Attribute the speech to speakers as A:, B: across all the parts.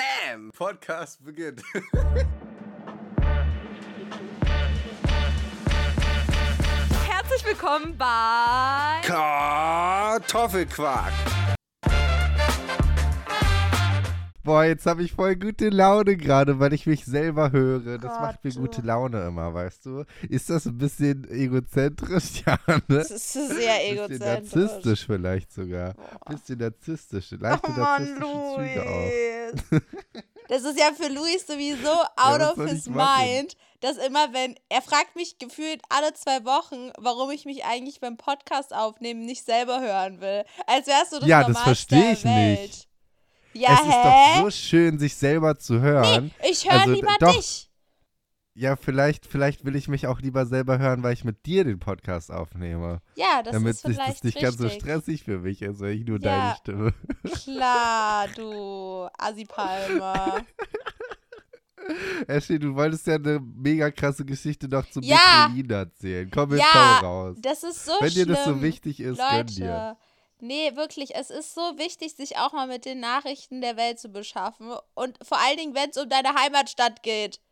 A: Bam! Podcast beginnt.
B: Herzlich willkommen bei.
A: Kartoffelquark. Boah, jetzt habe ich voll gute Laune gerade, weil ich mich selber höre. Das macht mir
B: Gott.
A: gute Laune immer, weißt du? Ist das ein bisschen egozentrisch? Ja, ne?
B: Das ist sehr
A: Ein bisschen narzisstisch vielleicht sogar. Ein bisschen narzisstisch. Leichte
B: Oh Mann,
A: narzisstische Züge auch.
B: Luis. Das ist ja für Luis sowieso
A: was
B: out of
A: soll
B: his
A: ich machen?
B: mind, dass immer wenn, er fragt mich gefühlt alle zwei Wochen, warum ich mich eigentlich beim Podcast aufnehmen nicht selber hören will. Als wärst du das
A: Ja, das
B: Normalste
A: verstehe ich
B: der Welt.
A: nicht.
B: Ja,
A: es
B: hä?
A: ist doch so schön, sich selber zu hören.
B: ich höre
A: also,
B: lieber
A: doch.
B: dich.
A: Ja, vielleicht, vielleicht will ich mich auch lieber selber hören, weil ich mit dir den Podcast aufnehme.
B: Ja, das
A: damit
B: ist
A: sich
B: vielleicht
A: das nicht ganz
B: richtig.
A: so stressig für mich ist, wenn ich nur
B: Ja.
A: deine Stimme.
B: Klar, du Asipalmer.
A: Ashley, du wolltest ja eine mega krasse Geschichte noch zum
B: Ja.
A: Michelin erzählen. Komm jetzt
B: Ja,
A: hau raus.
B: Das ist so
A: Wenn dir
B: schlimm.
A: das so wichtig ist, gönn dir.
B: Leute. Also Nee, wirklich, es ist so wichtig, sich auch mal mit den Nachrichten der Welt zu beschaffen. Und vor allen Dingen, wenn es um deine Heimatstadt geht.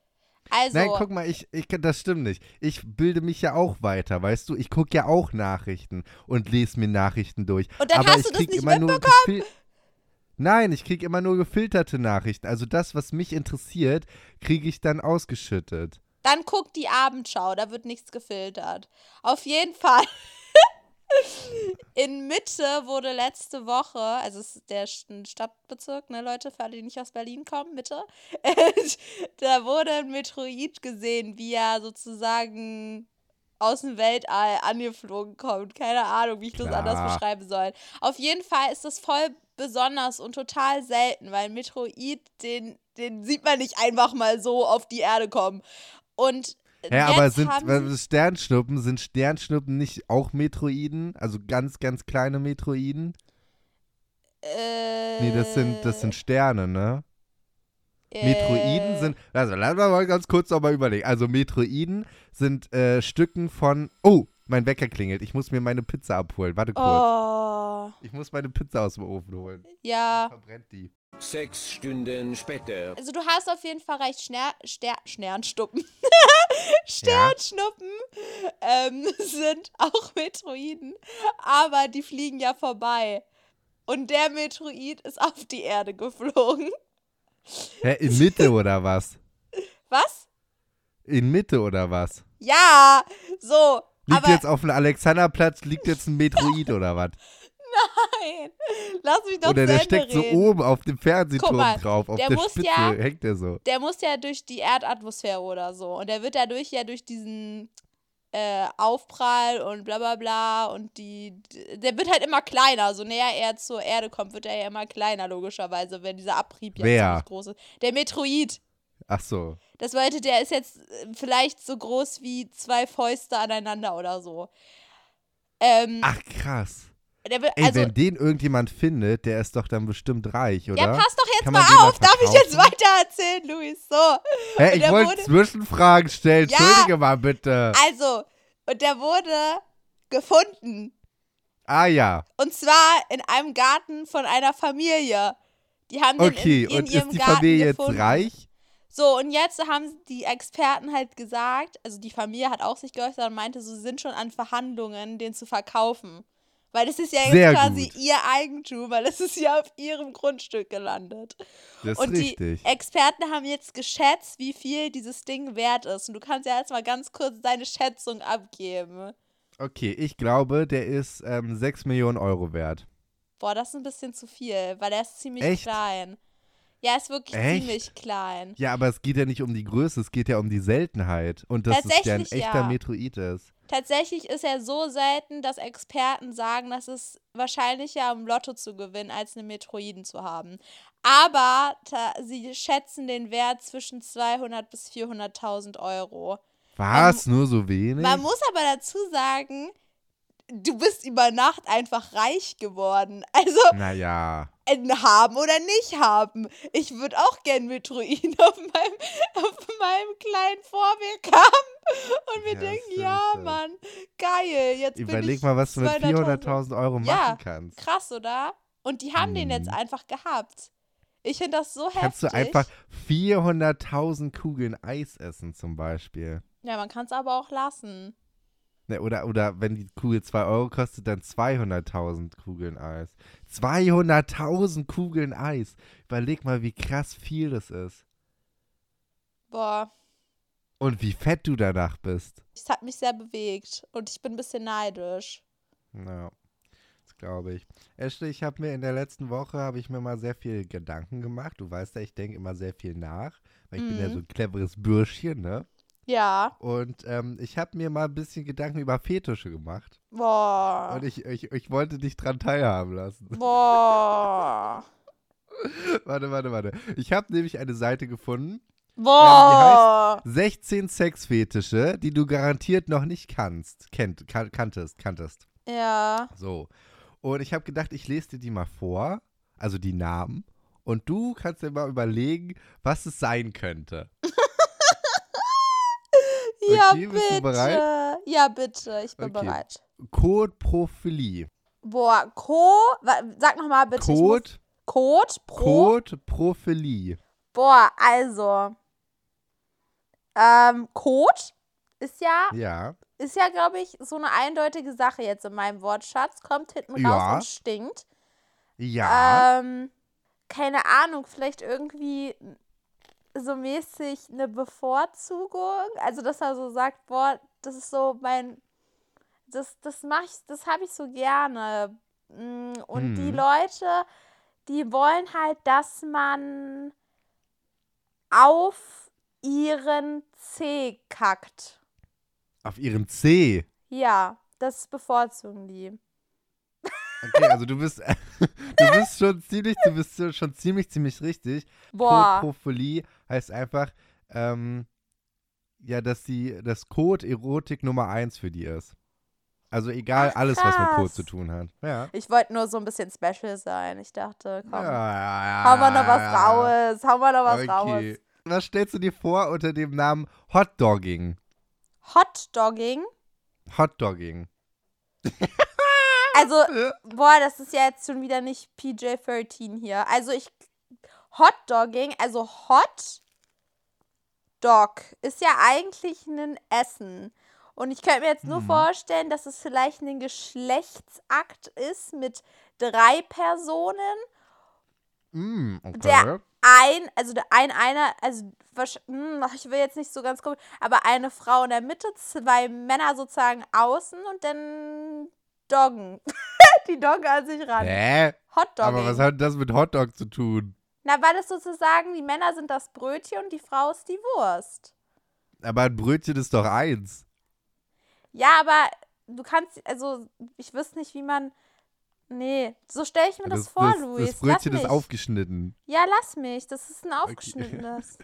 B: Also,
A: Nein, guck mal, ich, ich, das stimmt nicht. Ich bilde mich ja auch weiter, weißt du? Ich gucke ja auch Nachrichten und lese mir Nachrichten durch.
B: Und dann
A: Aber
B: hast
A: ich
B: du das
A: krieg
B: nicht
A: immer nur gefil- Nein, ich kriege immer nur gefilterte Nachrichten. Also das, was mich interessiert, kriege ich dann ausgeschüttet.
B: dann guck die Abendschau, da wird nichts gefiltert. Auf jeden Fall. In Mitte wurde letzte Woche, also es ist der Sch- ein Stadtbezirk, ne Leute, für alle, die nicht aus Berlin kommen, Mitte, da wurde ein Meteorit gesehen, wie er sozusagen aus dem Weltall angeflogen kommt. Keine Ahnung, wie ich das
A: Klar.
B: anders beschreiben soll. Auf jeden Fall ist das voll besonders und total selten, weil ein Meteorit, den, den sieht man nicht einfach mal so auf die Erde kommen. Und
A: Ja, aber
B: jetzt
A: sind
B: haben
A: äh, Sternschnuppen, sind Sternschnuppen nicht auch Metroiden? Also ganz, ganz kleine Metroiden?
B: Äh,
A: Nee, das sind, das sind Sterne, ne?
B: äh,
A: Metroiden sind. Also lass mal mal ganz kurz nochmal überlegen. Also Metroiden sind äh, Stücken von. Oh, mein Wecker klingelt. Ich muss mir meine Pizza abholen. Warte kurz.
B: Oh,
A: Ich muss meine Pizza aus dem Ofen holen.
B: ja.
A: Verbrennt die.
C: Sechs Stunden später.
B: Also du hast auf jeden Fall recht, Schner Ster Sternschnuppen.
A: Ja.
B: Sternschnuppen ähm, sind auch Metroiden, aber die fliegen ja vorbei. Und der Metroid ist auf die Erde geflogen.
A: Hä, in Mitte oder was?
B: Was?
A: In Mitte oder was?
B: Ja, so.
A: Liegt
B: aber
A: jetzt auf dem Alexanderplatz, liegt jetzt ein Metroid oder was?
B: nein, lass mich doch
A: Oder der
B: selber
A: steckt so
B: reden.
A: oben auf dem Fernsehturm
B: Guck mal,
A: drauf, auf
B: der
A: der,
B: muss
A: Spitze
B: ja-
A: hängt er so.
B: der muss ja durch die Erdatmosphäre oder so. Und der wird dadurch ja durch diesen äh, Aufprall und bla bla bla und die. Der wird halt immer kleiner. So näher er zur Erde kommt, wird er ja immer kleiner, logischerweise, wenn dieser Abrieb ja
A: Wer?
B: ziemlich groß ist. Der Metroid.
A: Ach so.
B: Das bedeutet, der ist jetzt äh, vielleicht so groß wie zwei Fäuste aneinander oder so. Ähm,
A: Ach krass.
B: der wird,
A: Ah, Ey,
B: also,
A: wenn den irgendjemand findet, der ist doch dann bestimmt reich, oder?
B: ja, pass doch jetzt
A: Kann
B: mal
A: man den mal
B: auf. Darf ich jetzt
A: verkaufen?
B: weiter erzählen, Luis? So.
A: Hä,
B: Und der
A: ich wollte
B: wurde-
A: Zwischenfragen stellen.
B: Ja.
A: Entschuldige mal bitte.
B: Also, und der wurde gefunden.
A: Ah ja.
B: Und zwar in einem Garten von einer Familie. Die haben den
A: Okay,
B: in, in
A: und
B: ihrem
A: ist die
B: Garten
A: Familie jetzt
B: gefunden.
A: reich?
B: So, und jetzt haben die Experten halt gesagt, also die Familie hat auch sich geäußert und meinte, so, sie sind schon an Verhandlungen, den zu verkaufen. Weil das ist ja jetzt
A: Sehr
B: quasi
A: gut.
B: ihr Eigentum, weil es ist ja auf ihrem Grundstück gelandet.
A: Das
B: Und
A: ist richtig.
B: die Experten haben jetzt geschätzt, wie viel dieses Ding wert ist. Und du kannst ja jetzt mal ganz kurz deine Schätzung abgeben.
A: Okay, ich glaube, der ist ähm, 6 Millionen Euro wert.
B: Boah, das ist ein bisschen zu viel, weil er ist ziemlich
A: Echt?
B: klein. Ja, er ist wirklich
A: Echt?
B: ziemlich klein.
A: Ja, aber es geht ja nicht um die Größe, es geht ja um die Seltenheit. Und dass es ja ein
B: Tatsächlich,
A: echter
B: ja. Ähm,
A: Metroid ist.
B: Tatsächlich ist er so selten, dass Experten sagen, dass es wahrscheinlicher am Lotto zu gewinnen, als einen Metroiden zu haben. Aber ta- sie schätzen den Wert zwischen 200 bis 400.000 Euro.
A: Was? Nur so wenig?
B: Man muss aber dazu sagen, du bist über Nacht einfach reich geworden. Also
A: naja.
B: ein haben oder nicht haben. Ich würde auch gern Metroid auf meinem, auf meinem kleinen Vorweg haben und mir
A: Ja,
B: denken,
A: stimmt
B: ja,
A: das.
B: Mann, geil, jetzt bin ich
A: Überleg mal, was du mit 400.000 Euro
B: Ja.
A: machen kannst.
B: Krass, oder? Und die haben den jetzt
A: Mhm.
B: einfach gehabt. Ich finde das so heftig.
A: Kannst du einfach 400.000 Kugeln Eis essen zum Beispiel.
B: Ja, man kann es aber auch lassen.
A: Ne, oder, oder wenn die Kugel 2 Euro kostet, dann 200.000 Kugeln Eis. 200.000 Kugeln Eis. Überleg mal, wie krass viel das ist.
B: Boah,
A: Und wie fett du danach bist.
B: es hat mich sehr bewegt und ich bin ein bisschen neidisch.
A: Ja, das glaube ich. Ashley, ich habe mir in der letzten Woche, habe ich mir mal sehr viel Gedanken gemacht. Du weißt ja, ich denke immer sehr viel nach, weil ich bin ja
B: Mhm.
A: so ein cleveres Bürschchen, ne?
B: Ja,
A: Und ähm, ich habe mir mal ein bisschen Gedanken über Fetische gemacht.
B: boah.
A: Und ich, ich, ich wollte dich dran teilhaben lassen.
B: Boah.
A: warte, warte, warte. Ich habe nämlich eine Seite gefunden.
B: Boah.
A: 16 Sexfetische, die du garantiert noch nicht kannst. Kennt, kan kanntest, kanntest.
B: Ja.
A: So. Und ich habe gedacht, ich lese dir die mal vor, also die Namen. Und du kannst dir mal überlegen, was es sein könnte.
B: Ja,
A: Okay, bist du
B: bitte.
A: bereit?
B: Ja, bitte. Ich bin
A: Okay.
B: bereit.
A: Codeprophilie.
B: Boah, Co. wa- Sag nochmal bitte. ich muss-
A: Code,
B: Code pro.
A: Codeprophilie.
B: Boah, also. Ähm, Code ist ja,
A: Ja.
B: ist ja, glaube ich, so eine eindeutige Sache jetzt in meinem Wortschatz. Kommt hinten
A: Ja.
B: raus und stinkt.
A: Ja.
B: Ähm, keine Ahnung, vielleicht irgendwie so mäßig eine Bevorzugung. Also, dass er so sagt, boah, das ist so mein, das, das mache ich, das habe ich so gerne. Mm, Und die
A: Mhm.
B: Leute, die wollen halt, dass man auf ihren Zeh kackt.
A: Auf ihrem C.
B: Ja, das bevorzugen die.
A: Okay, also du bist, du bist schon ziemlich, du bist schon ziemlich, ziemlich richtig.
B: Boah.
A: Codeprophilie heißt einfach, ähm, ja, dass die, das Code Erotik Nummer 1 für die ist. Also egal,
B: Ach,
A: alles, was mit Code
B: krass.
A: zu tun hat. Ja.
B: Ich wollte nur so ein bisschen special sein. Ich dachte, komm.
A: ja.
B: Hau mal noch was raus. Hau mal noch was
A: Ah. okay.
B: raus.
A: Was stellst du dir vor unter dem Namen Hotdogging?
B: Hotdogging.
A: Hotdogging.
B: Also,
A: Ja.
B: boah, das ist ja jetzt schon wieder nicht PJ13 hier. Also ich. Hotdogging, also Hot Dog ist ja eigentlich ein Essen. Und ich könnte mir jetzt nur
A: Mhm.
B: vorstellen, dass es vielleicht ein Geschlechtsakt ist mit drei Personen.
A: Mm, okay.
B: Der- ein, also der ein, einer, also wahrsch- hm, ach, ich will jetzt nicht so ganz gucken, aber eine Frau in der Mitte, zwei Männer sozusagen außen und dann doggen. Die doggen an sich ran.
A: Hä? Aber was
B: Hotdog.
A: hat das mit Hotdog zu tun?
B: Na, weil es sozusagen, die Männer sind das Brötchen und die Frau ist die Wurst.
A: Aber ein Brötchen ist doch eins.
B: Ja, aber du kannst, also ich wüsste nicht, wie man. Nee, so stelle ich mir das, vor,
A: das,
B: Luis.
A: das Brötchen
B: lass
A: ist
B: mich.
A: aufgeschnitten.
B: Ja, lass mich. Das ist ein aufgeschnittenes.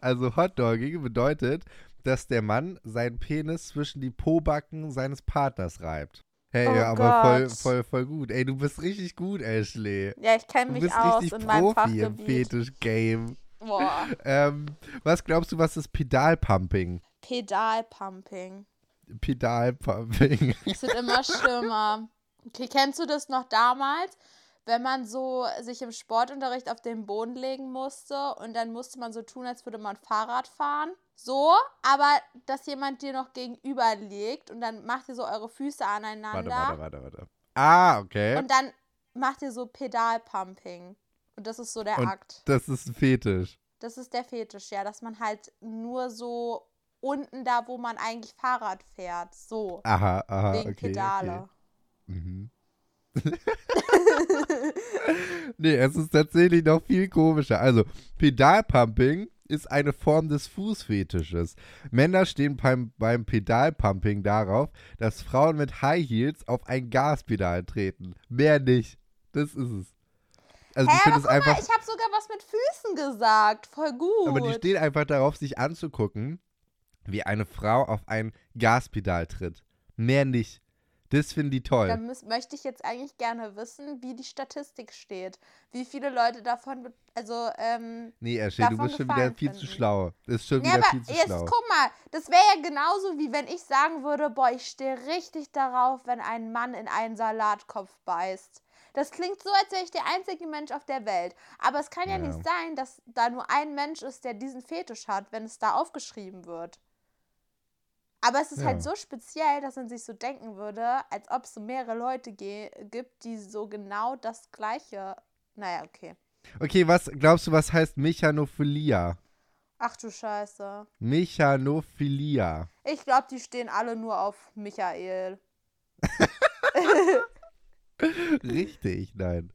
A: Also Hotdogging bedeutet, dass der Mann seinen Penis zwischen die Pobacken seines Partners reibt. Hey,
B: Oh
A: ja, aber voll,
B: Gott.
A: voll, voll gut. Ey, du bist richtig gut, Ashley.
B: Ja, ich kenne
A: Du
B: mich
A: bist
B: aus
A: richtig
B: in meinem
A: Profi im
B: Fachgebiet.
A: Fetisch-Game.
B: Boah.
A: Ähm, was glaubst du, was ist Pedalpumping?
B: Pedalpumping.
A: Pedalpumping.
B: Es wird immer schlimmer. Okay, kennst du das noch damals, wenn man so sich im Sportunterricht auf den Boden legen musste und dann musste man so tun, als würde man Fahrrad fahren? So, aber dass jemand dir noch gegenüber liegt und dann macht ihr so eure Füße
A: warte,
B: aneinander
A: warte, warte, warte. Ah, okay.
B: und dann macht ihr so Pedalpumping. Und das ist so der
A: Und-
B: Akt.
A: Das ist ein Fetisch.
B: Das ist der Fetisch, ja, dass man halt nur so unten da, wo man eigentlich Fahrrad fährt, so
A: Aha, aha,
B: wegen
A: Ah, okay.
B: Pedale.
A: okay. Mhm. nee, es ist tatsächlich noch viel komischer. Also, Pedalpumping ist eine Form des Fußfetisches. Männer stehen beim, beim Pedalpumping darauf, dass Frauen mit High Heels auf ein Gaspedal treten. Mehr nicht. Das ist es. Also,
B: Hä,
A: die finden
B: aber
A: es
B: guck mal,
A: einfach.
B: ich habe sogar was mit Füßen gesagt. Voll gut.
A: Aber die stehen halt. einfach darauf, sich anzugucken, wie eine Frau auf ein Gaspedal tritt. Mehr nicht. Das finden die toll.
B: da müß, möchte ich jetzt eigentlich gerne wissen, wie die Statistik steht. Wie viele Leute davon, be- also, ähm,
A: Nee, Ashley, du
B: davon
A: bist schon wieder
B: gefallen
A: viel zu
B: finden.
A: schlau. Das ist schon
B: nee,
A: wieder
B: aber
A: viel zu
B: jetzt
A: schlau.
B: guck mal, das wäre ja genauso wie wenn ich sagen würde, boah, ich stehe richtig darauf, wenn ein Mann in einen Salatkopf beißt. Das klingt so, als wäre ich der einzige Mensch auf der Welt. Aber es kann
A: Ja.
B: ja, nicht sein, dass da nur ein Mensch ist, der diesen Fetisch hat, wenn es da aufgeschrieben wird. Aber es ist
A: Ja.
B: halt so speziell, dass man sich so denken würde, als ob es so mehrere Leute ge- gibt, die so genau das Gleiche. Naja, okay.
A: Okay, was glaubst du, was heißt Mechanophilia?
B: Ach du Scheiße.
A: Mechanophilia.
B: Ich glaube, die stehen alle nur auf Michael.
A: Richtig, nein.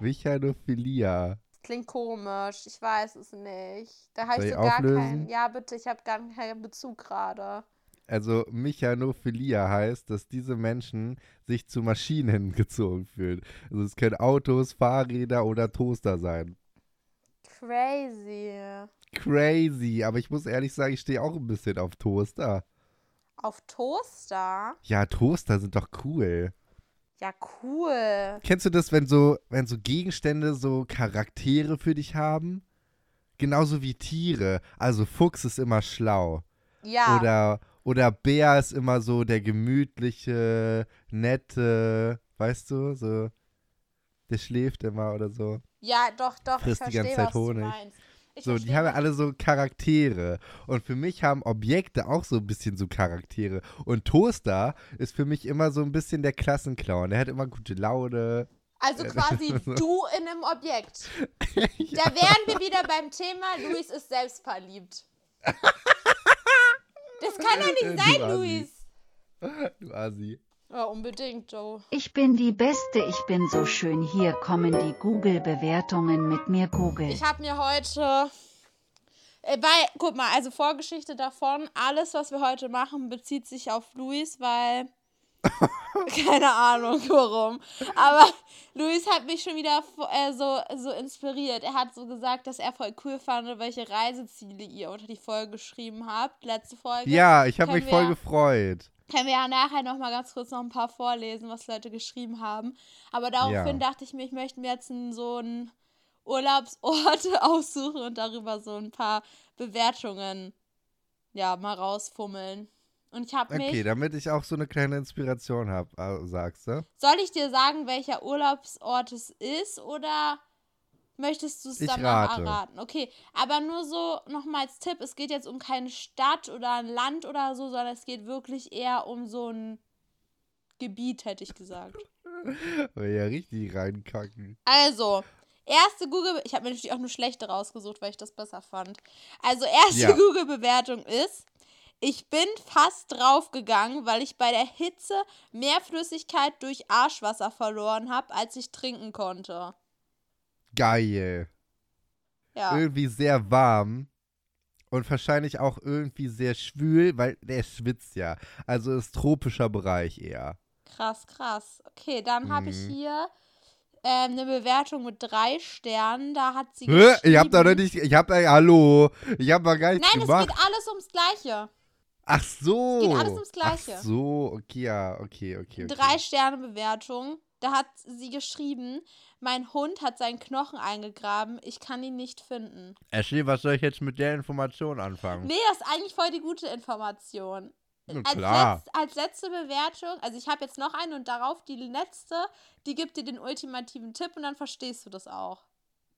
A: Mechanophilia.
B: Klingt komisch, ich weiß es nicht. Da habe
A: Soll
B: ich
A: ich
B: so gar keinen.
A: auflösen?
B: Ja, bitte, ich habe gar keinen Bezug gerade.
A: Also Mechanophilia heißt, dass diese Menschen sich zu Maschinen gezogen fühlen. Also es können Autos, Fahrräder oder Toaster sein.
B: Crazy.
A: Crazy, aber ich muss ehrlich sagen, ich stehe auch ein bisschen auf Toaster.
B: Auf Toaster?
A: Ja, Toaster sind doch cool.
B: Ja, cool.
A: Kennst du das, wenn so, wenn so Gegenstände so Charaktere für dich haben? Genauso wie Tiere. Also Fuchs ist immer schlau.
B: Ja.
A: Oder, oder Bär ist immer so der gemütliche, nette, weißt du, so. Der schläft immer oder so.
B: ja, doch, doch, ich
A: frisst die
B: verstehe,
A: ganze Zeit
B: was du
A: Honig.
B: meinst. Ich
A: So, die
B: verstehe,
A: haben ja
B: was-
A: alle so Charaktere. Und für mich haben Objekte auch so ein bisschen so Charaktere. Und Toaster ist für mich immer so ein bisschen der Klassenclown. Der hat immer gute Laune.
B: Also quasi du in einem Objekt.
A: Ja.
B: Da wären wir wieder beim Thema, Luis ist selbstverliebt. Das kann doch
A: Du
B: nicht sein,
A: Assi.
B: Luis.
A: Du Assi.
B: Ja, unbedingt, Joe.
D: Ich bin die Beste, ich bin so schön. Hier kommen die Google-Bewertungen mit mir Google.
B: Ich habe mir heute. äh, Weil, guck mal, also Vorgeschichte davon, alles, was wir heute machen, bezieht sich auf Luis, weil. Keine Ahnung warum. Aber Luis hat mich schon wieder vo- äh, so, so inspiriert. Er hat so gesagt, dass er voll cool fand, welche Reiseziele ihr unter die Folge geschrieben habt. Letzte Folge.
A: Ja, ich habe
B: Äh, Können
A: mich voll
B: wir-
A: gefreut.
B: Können wir ja nachher nochmal ganz kurz noch ein paar vorlesen, was Leute geschrieben haben. Aber daraufhin dachte ich mir, ich möchte mir jetzt n- so einen Urlaubsort aussuchen und darüber so ein paar Bewertungen ja mal rausfummeln. Und ich habe mich.
A: Okay, damit ich auch so eine kleine Inspiration habe, sagst du?
B: Soll ich dir sagen, welcher Urlaubsort es ist oder möchtest du es
A: Ich
B: dann noch
A: rate.
B: erraten? Okay, aber nur so nochmal als Tipp, es geht jetzt um keine Stadt oder ein Land oder so, sondern es geht wirklich eher um so ein Gebiet, hätte ich gesagt.
A: Will ja richtig reinkacken.
B: Also, erste Google, ich habe mir natürlich auch nur schlechte rausgesucht, weil ich das besser fand. Also, erste
A: Ja.
B: Google-Bewertung ist, ich bin fast draufgegangen, weil ich bei der Hitze mehr Flüssigkeit durch Arschwasser verloren habe, als ich trinken konnte.
A: Geil.
B: Ja.
A: Irgendwie sehr warm. Und wahrscheinlich auch irgendwie sehr schwül, weil der schwitzt ja. Also ist tropischer Bereich eher.
B: Krass, krass. Okay, dann habe ich
A: Mhm.
B: hier ähm, eine Bewertung mit drei Sternen. Da hat sie.
A: Hä? Ich hab da noch
B: geschrieben-
A: nicht. Ich hab da. Hallo. Ich hab da gar nichts
B: Nein, es
A: gemacht.
B: geht alles ums Gleiche.
A: Ach so.
B: es geht alles ums Gleiche.
A: Ach so. Okay, ja. Okay, okay. okay.
B: Drei Sterne Bewertung. Da hat sie geschrieben, mein Hund hat seinen Knochen eingegraben, ich kann ihn nicht finden.
A: Ashley, was soll ich jetzt mit der Information anfangen?
B: Nee, das ist eigentlich voll die gute Information.
A: Na
B: Als,
A: klar.
B: letz, als letzte Bewertung, also ich habe jetzt noch eine und darauf die letzte, die gibt dir den ultimativen Tipp und dann verstehst du das auch.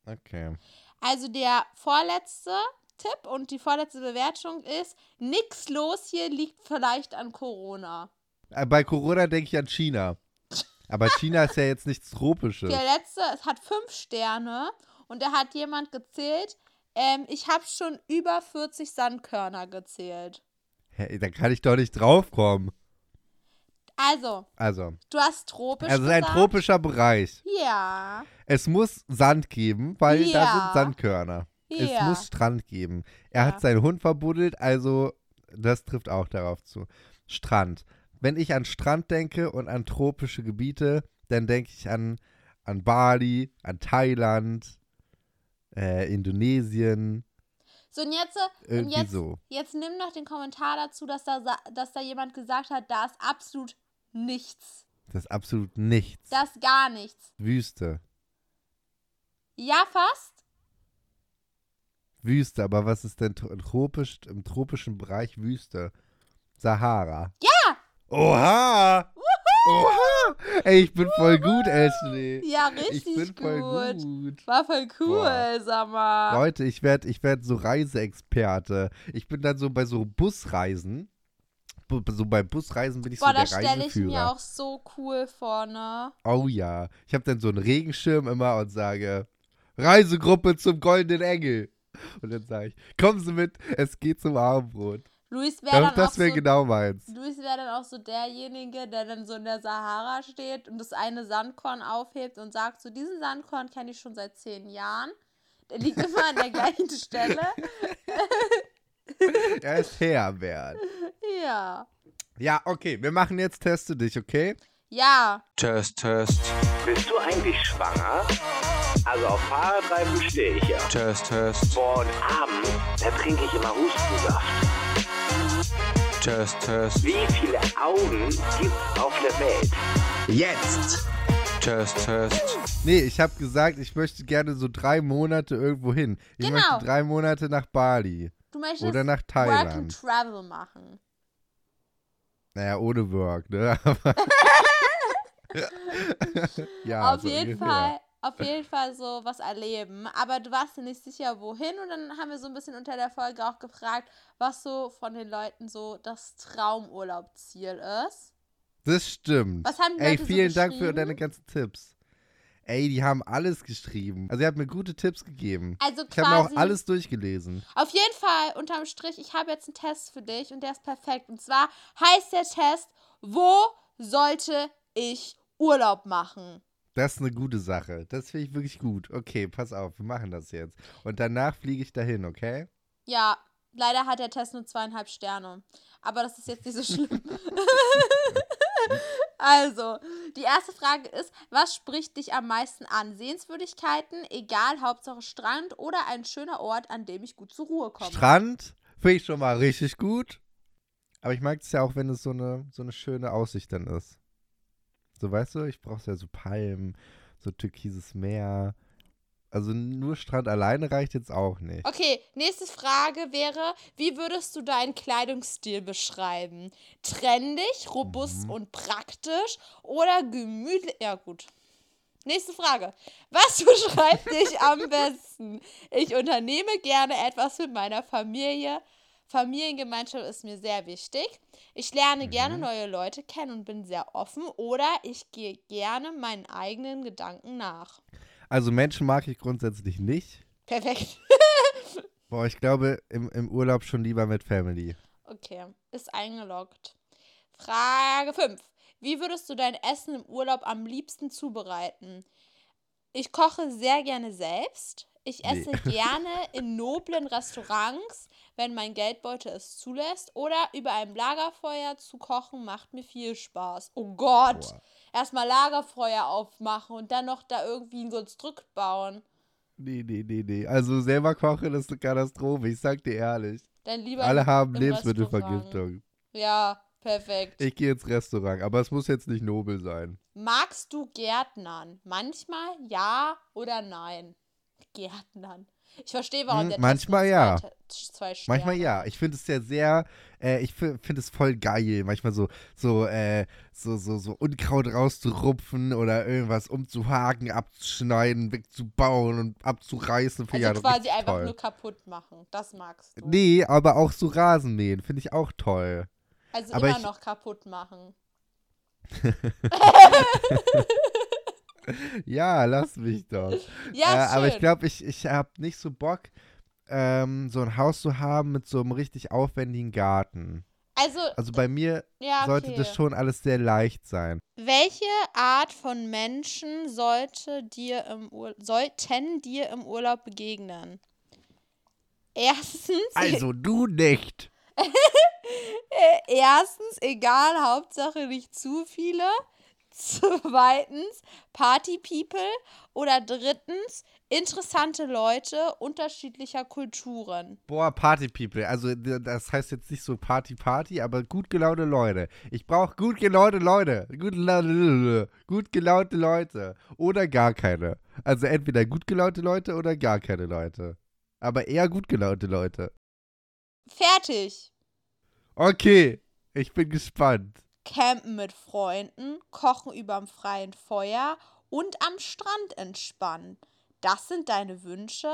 A: Okay.
B: Also der vorletzte Tipp und die vorletzte Bewertung ist, nix los hier liegt vielleicht an Corona.
A: Äh, Bei Corona denke ich an China. Aber China ist ja jetzt nichts Tropisches.
B: Der letzte, es hat fünf Sterne und da hat jemand gezählt, ähm, ich habe schon über 40 Sandkörner gezählt.
A: Hä, da kann ich doch nicht draufkommen.
B: Also,
A: Also,
B: du hast tropisch
A: also es ist ein
B: gesagt.
A: tropischer Bereich.
B: Ja,
A: Es muss Sand geben, weil da
B: Ja.
A: sind Sandkörner. Es
B: Ja.
A: muss Strand geben. Er
B: Ja.
A: hat seinen Hund verbuddelt, also das trifft auch darauf zu. Strand. Wenn ich an Strand denke und an tropische Gebiete, dann denke ich an, an Bali, an Thailand, äh, Indonesien,
B: so und jetzt, äh, und
A: irgendwie
B: jetzt,
A: so.
B: jetzt nimm noch den Kommentar dazu, dass da, sa- dass da jemand gesagt hat, da ist absolut nichts.
A: Das ist absolut nichts.
B: Da ist gar nichts.
A: Wüste.
B: Ja, fast.
A: Wüste, aber was ist denn tro- tropisch, im tropischen Bereich Wüste? Sahara. Ja! Oha! Oha! Ey, ich bin voll gut, Ashley.
B: Ja, richtig
A: ich bin voll
B: gut. Ah.
A: gut.
B: War voll cool,
A: Boah.
B: sag mal.
A: Leute, ich werde ich werd so Reiseexperte. Ich bin dann so bei so Busreisen. Bu- So bei Busreisen bin ich
B: Boah,
A: so
B: das
A: der
B: stelle ich mir
A: Reiseführer.
B: auch so cool vor, ne?
A: Oh ja. Ich habe dann so einen Regenschirm immer und sage, Reisegruppe zum Goldenen Engel. Und dann sage ich, kommen Sie mit, es geht zum Abendbrot.
B: Luis
A: Das,
B: wäre dann auch
A: das
B: so,
A: wäre genau meins.
B: Luis wäre dann auch so derjenige, der dann so in der Sahara steht und das eine Sandkorn aufhebt und sagt, so diesen Sandkorn kenne ich schon seit zehn Jahren. Der liegt immer an der gleichen Stelle.
A: Er ist Herbert.
B: Ja.
A: Ja, okay, wir machen jetzt Teste dich, okay?
B: Ja.
E: Test, Test,
C: Bist du eigentlich schwanger? Also auf Fahrradreifen stehe ich ja.
E: Test, Test,
C: Boah, und abends, da trinke ich immer Hustensaft.
E: Test, Test,
C: Wie viele Augen gibt's auf der Welt? Jetzt!
E: Test, Test,
A: Nee, ich habe gesagt, ich möchte gerne so drei Monate irgendwo hin. Ich
B: Genau.
A: möchte drei Monate nach Bali.
B: Du möchtest
A: Oder nach
B: Work
A: Thailand.
B: and Travel machen.
A: Naja, ohne Work, ne? Aber- ja,
B: auf
A: so
B: jeden
A: ungefähr.
B: Fall, auf jeden Fall so was erleben. Aber du warst dir nicht sicher, wohin. Und dann haben wir so ein bisschen unter der Folge auch gefragt, was so von den Leuten so das Traumurlaubziel ist.
A: Das stimmt.
B: Was haben die
A: Ey,
B: Leute so
A: vielen Dank für
B: geschrieben?
A: deine ganzen Tipps. Ey, die haben alles geschrieben. Also, ihr habt mir gute Tipps gegeben.
B: Also
A: Ich habe mir auch
B: quasi-
A: alles durchgelesen.
B: Auf jeden Fall, unterm Strich, ich habe jetzt einen Test für dich und der ist perfekt. Und zwar heißt der Test, wo sollte ich Urlaub machen?
A: Das ist eine gute Sache. Das finde ich wirklich gut. Okay, pass auf, wir machen das jetzt. Und danach fliege ich dahin, okay?
B: Ja, leider hat der Test nur zweieinhalb Sterne. Aber das ist jetzt nicht so schlimm. also, die erste Frage ist, was spricht dich am meisten an? Sehenswürdigkeiten, egal, Hauptsache Strand oder ein schöner Ort, an dem ich gut zur Ruhe komme?
A: Strand finde ich schon mal richtig gut. Aber ich mag es ja auch, wenn es so eine, so eine schöne Aussicht dann ist. So, weißt du, ich brauche ja so Palmen, so türkises Meer. Also nur Strand alleine reicht jetzt auch nicht.
B: Okay, nächste Frage wäre, wie würdest du deinen Kleidungsstil beschreiben? Trendig, robust und praktisch oder gemütlich? Ja, gut. Nächste Frage. Was beschreibt dich am besten? Ich unternehme gerne etwas mit meiner Familie. Familiengemeinschaft ist mir sehr wichtig. Ich lerne gerne neue Leute kennen und bin sehr offen. Oder ich gehe gerne meinen eigenen Gedanken nach.
A: Also Menschen mag ich grundsätzlich nicht.
B: Perfekt.
A: Boah, ich glaube, im, im Urlaub schon lieber mit Family.
B: Okay, ist eingeloggt. Frage 5. Wie würdest du dein Essen im Urlaub am liebsten zubereiten? Ich koche sehr gerne selbst. Ich
A: Nee.
B: esse gerne in noblen Restaurants, wenn mein Geldbeutel es zulässt. Oder über einem Lagerfeuer zu kochen macht mir viel Spaß. Oh Gott!
A: Boah.
B: Erstmal Lagerfeuer aufmachen und dann noch da irgendwie ein Konstrukt bauen.
A: Nee, nee, nee, nee. Also selber kochen ist eine Katastrophe, ich sag dir ehrlich.
B: Dann lieber.
A: Alle
B: im-
A: haben
B: im Restaurant.
A: Lebensmittelvergiftung.
B: Ja, perfekt.
A: Ich gehe ins Restaurant, aber es muss jetzt nicht nobel sein.
B: Magst du Gärtnern? Manchmal ja oder nein. Gärtnern. Ich verstehe, warum
A: Hm,
B: der
A: manchmal
B: Test nur zwei, Te- zwei Sterne.
A: Manchmal ja. Ich finde es ja sehr, äh, ich finde es voll geil, manchmal so, so, äh, so, so, so Unkraut rauszurupfen oder irgendwas umzuhaken, abzuschneiden, wegzubauen und abzureißen. Find
B: Also
A: ich ja
B: quasi
A: richtig
B: einfach
A: toll.
B: nur kaputt machen. Das magst du.
A: Nee, aber auch so Rasenmähen finde ich auch toll.
B: also
A: aber
B: immer
A: ich-
B: noch kaputt machen.
A: Ja, lass mich doch.
B: Ja,
A: äh, aber ich
B: schön.
A: glaube, ich, ich habe nicht so Bock, ähm, so ein Haus zu haben mit so einem richtig aufwendigen Garten.
B: Also,
A: Also bei mir
B: ja, okay.
A: sollte das schon alles sehr leicht sein.
B: Welche Art von Menschen sollte dir im Ur sollten dir im Urlaub begegnen? Erstens,
A: Also du nicht.
B: Äh, Erstens, egal, Hauptsache nicht zu viele. Zweitens, Party People. Oder drittens, interessante Leute unterschiedlicher Kulturen.
A: Boah, Party People. Also d- das heißt jetzt nicht so Party Party, aber gut gelaunte Leute. Ich brauche gut gelaunte Leute. Gut, la- gut gelaunte Leute. Oder gar keine. Also entweder gut gelaunte Leute oder gar keine Leute. Aber eher gut gelaunte Leute.
B: Fertig.
A: Okay, ich bin gespannt.
B: Campen mit Freunden, Kochen überm freien Feuer und am Strand entspannen. Das sind deine Wünsche?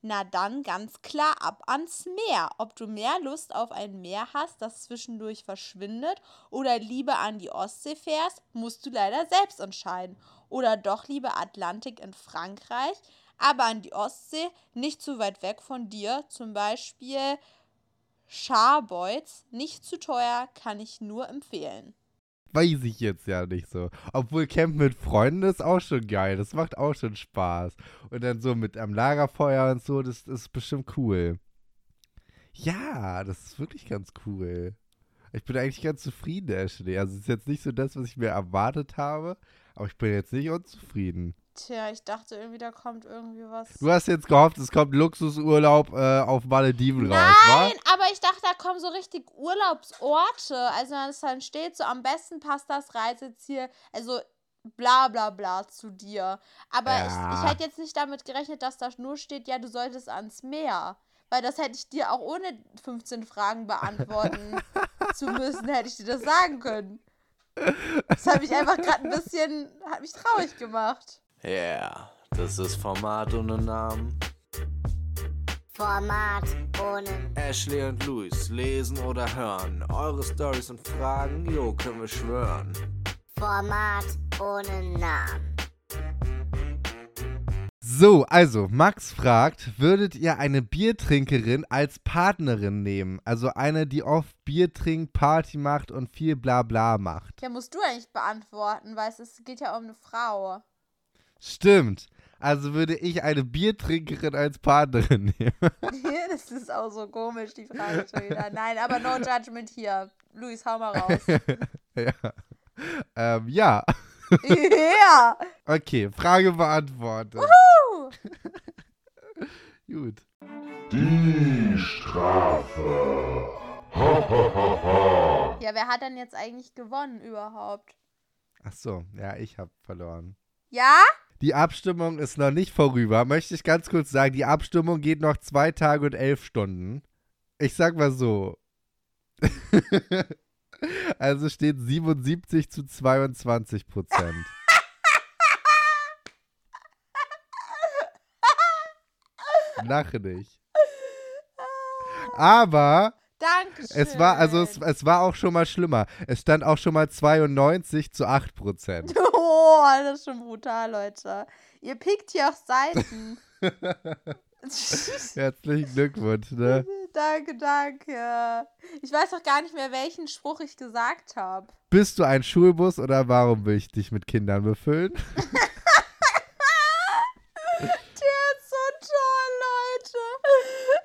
B: Na dann ganz klar ab ans Meer. Ob du mehr Lust auf ein Meer hast, das zwischendurch verschwindet, oder lieber an die Ostsee fährst, musst du leider selbst entscheiden. Oder doch lieber Atlantik in Frankreich, aber an die Ostsee, nicht zu weit weg von dir, zum Beispiel Scharbeutz, nicht zu teuer, kann ich nur empfehlen.
A: Weiß ich jetzt ja nicht so. Obwohl Camp mit Freunden ist auch schon geil. Das macht auch schon Spaß. Und dann so mit am Lagerfeuer und so, das, das ist bestimmt cool. Ja, das ist wirklich ganz cool. Ich bin eigentlich ganz zufrieden, Ashley. Also es ist jetzt nicht so das, was ich mir erwartet habe, aber ich bin jetzt nicht unzufrieden.
B: Tja, ich dachte irgendwie, da kommt irgendwie was.
A: Du hast jetzt gehofft, es kommt Luxusurlaub äh, auf Malediven raus, wa?
B: Nein, aber ich dachte, da kommen so richtig Urlaubsorte. Also wenn es dann steht, so am besten passt das Reiseziel, also bla bla bla zu dir. Aber ich,
A: Ja.
B: ich hätte jetzt nicht damit gerechnet, dass da nur steht, ja, du solltest ans Meer. Weil das hätte ich dir auch ohne 15 Fragen beantworten zu müssen, hätte ich dir das sagen können. Das hat mich einfach gerade ein bisschen, hat mich traurig gemacht.
F: Yeah, das ist Format ohne Namen.
G: Format ohne
F: Ashley und Luis lesen oder hören. Eure Stories und Fragen, jo, können wir schwören.
G: Format ohne Namen.
A: So, also, Max fragt, würdet ihr eine Biertrinkerin als Partnerin nehmen? Also eine, die oft Bier trinkt, Party macht und viel Blabla macht.
B: Ja, musst du eigentlich beantworten, weil es ist, geht ja um eine Frau.
A: Stimmt. Also würde ich eine Biertrinkerin als Partnerin nehmen.
B: das ist auch so komisch, die Frage schon wieder. Nein, aber no judgment hier. Luis, hau mal raus.
A: ja. Ähm, ja.
B: Ja!
A: Okay, Frage beantwortet. Gut.
B: Ja, wer hat denn jetzt eigentlich gewonnen überhaupt?
A: Ach so, ja, ich habe verloren.
B: Ja?
A: Die Abstimmung ist noch nicht vorüber. Möchte ich ganz kurz sagen, die Abstimmung geht noch zwei Tage und elf Stunden. Ich sag mal so. also steht 77 zu 22 Prozent. Lache nicht. Aber
B: Dankeschön.
A: es war, also es, es war auch schon mal schlimmer. Es stand auch schon mal 92 zu 8 Prozent.
B: Oh, das ist schon brutal, Leute. Ihr pickt hier auch Seiten.
A: Herzlichen Glückwunsch, ne?
B: danke, danke. Ich weiß auch gar nicht mehr, welchen Spruch ich gesagt habe.
A: Bist du ein Schulbus oder warum will ich dich mit Kindern befüllen?
B: Der ist so toll,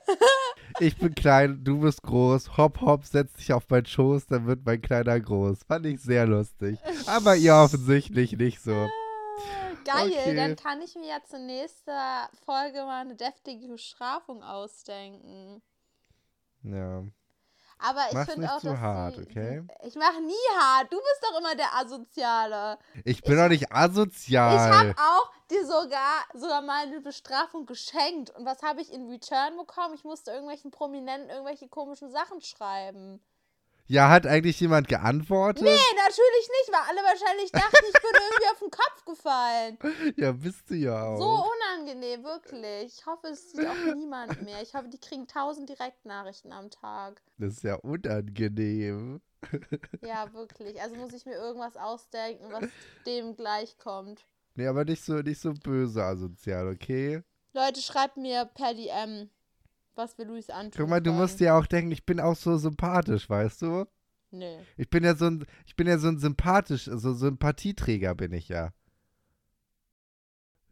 B: Leute.
A: Ich bin klein, du bist groß. Hopp, hopp, setz dich auf meinen Schoß, dann wird mein Kleiner groß. Fand ich sehr lustig. Aber ihr offensichtlich nicht so.
B: Geil,
A: Okay.
B: dann kann ich mir ja zur nächsten Folge mal eine deftige Bestrafung ausdenken.
A: Ja.
B: Aber ich
A: Mach's
B: finde
A: nicht
B: auch,
A: zu
B: dass
A: hart,
B: die,
A: okay?
B: Ich mache nie hart. Du bist doch immer der Asoziale.
A: Ich bin doch nicht
B: Ich habe
A: asozial.
B: auch dir sogar, sogar mal eine Bestrafung geschenkt. Und was habe ich in Return bekommen? Ich musste irgendwelchen Prominenten irgendwelche komischen Sachen schreiben.
A: Ja, hat eigentlich jemand geantwortet?
B: Nee, natürlich nicht, weil alle wahrscheinlich dachten, ich bin irgendwie auf den Kopf gefallen.
A: Ja, bist du ja auch.
B: So unangenehm, wirklich. Ich hoffe, es sieht auch niemand mehr. Ich hoffe, die kriegen tausend Direktnachrichten am Tag.
A: Das ist ja unangenehm.
B: Ja, wirklich. Also muss ich mir irgendwas ausdenken, was dem gleichkommt.
A: Nee, aber nicht so, nicht so böse asozial, okay?
B: Leute, schreibt mir per DM, was wir Luis antun.
A: Guck mal, du
B: sollen.
A: musst dir auch denken, ich bin auch so sympathisch, weißt du?
B: Nee.
A: Ich bin ja so ein, ich bin ja so ein sympathisch, so Sympathieträger bin ich ja.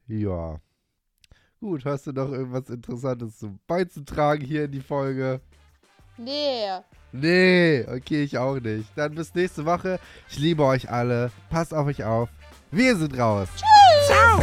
A: Ja. Gut, hast du noch irgendwas Interessantes zu beizutragen hier in die Folge?
B: Nee.
A: Nee, okay, ich auch nicht. Dann bis nächste Woche. Ich liebe euch alle. Passt auf euch auf. Wir sind raus. Ciao.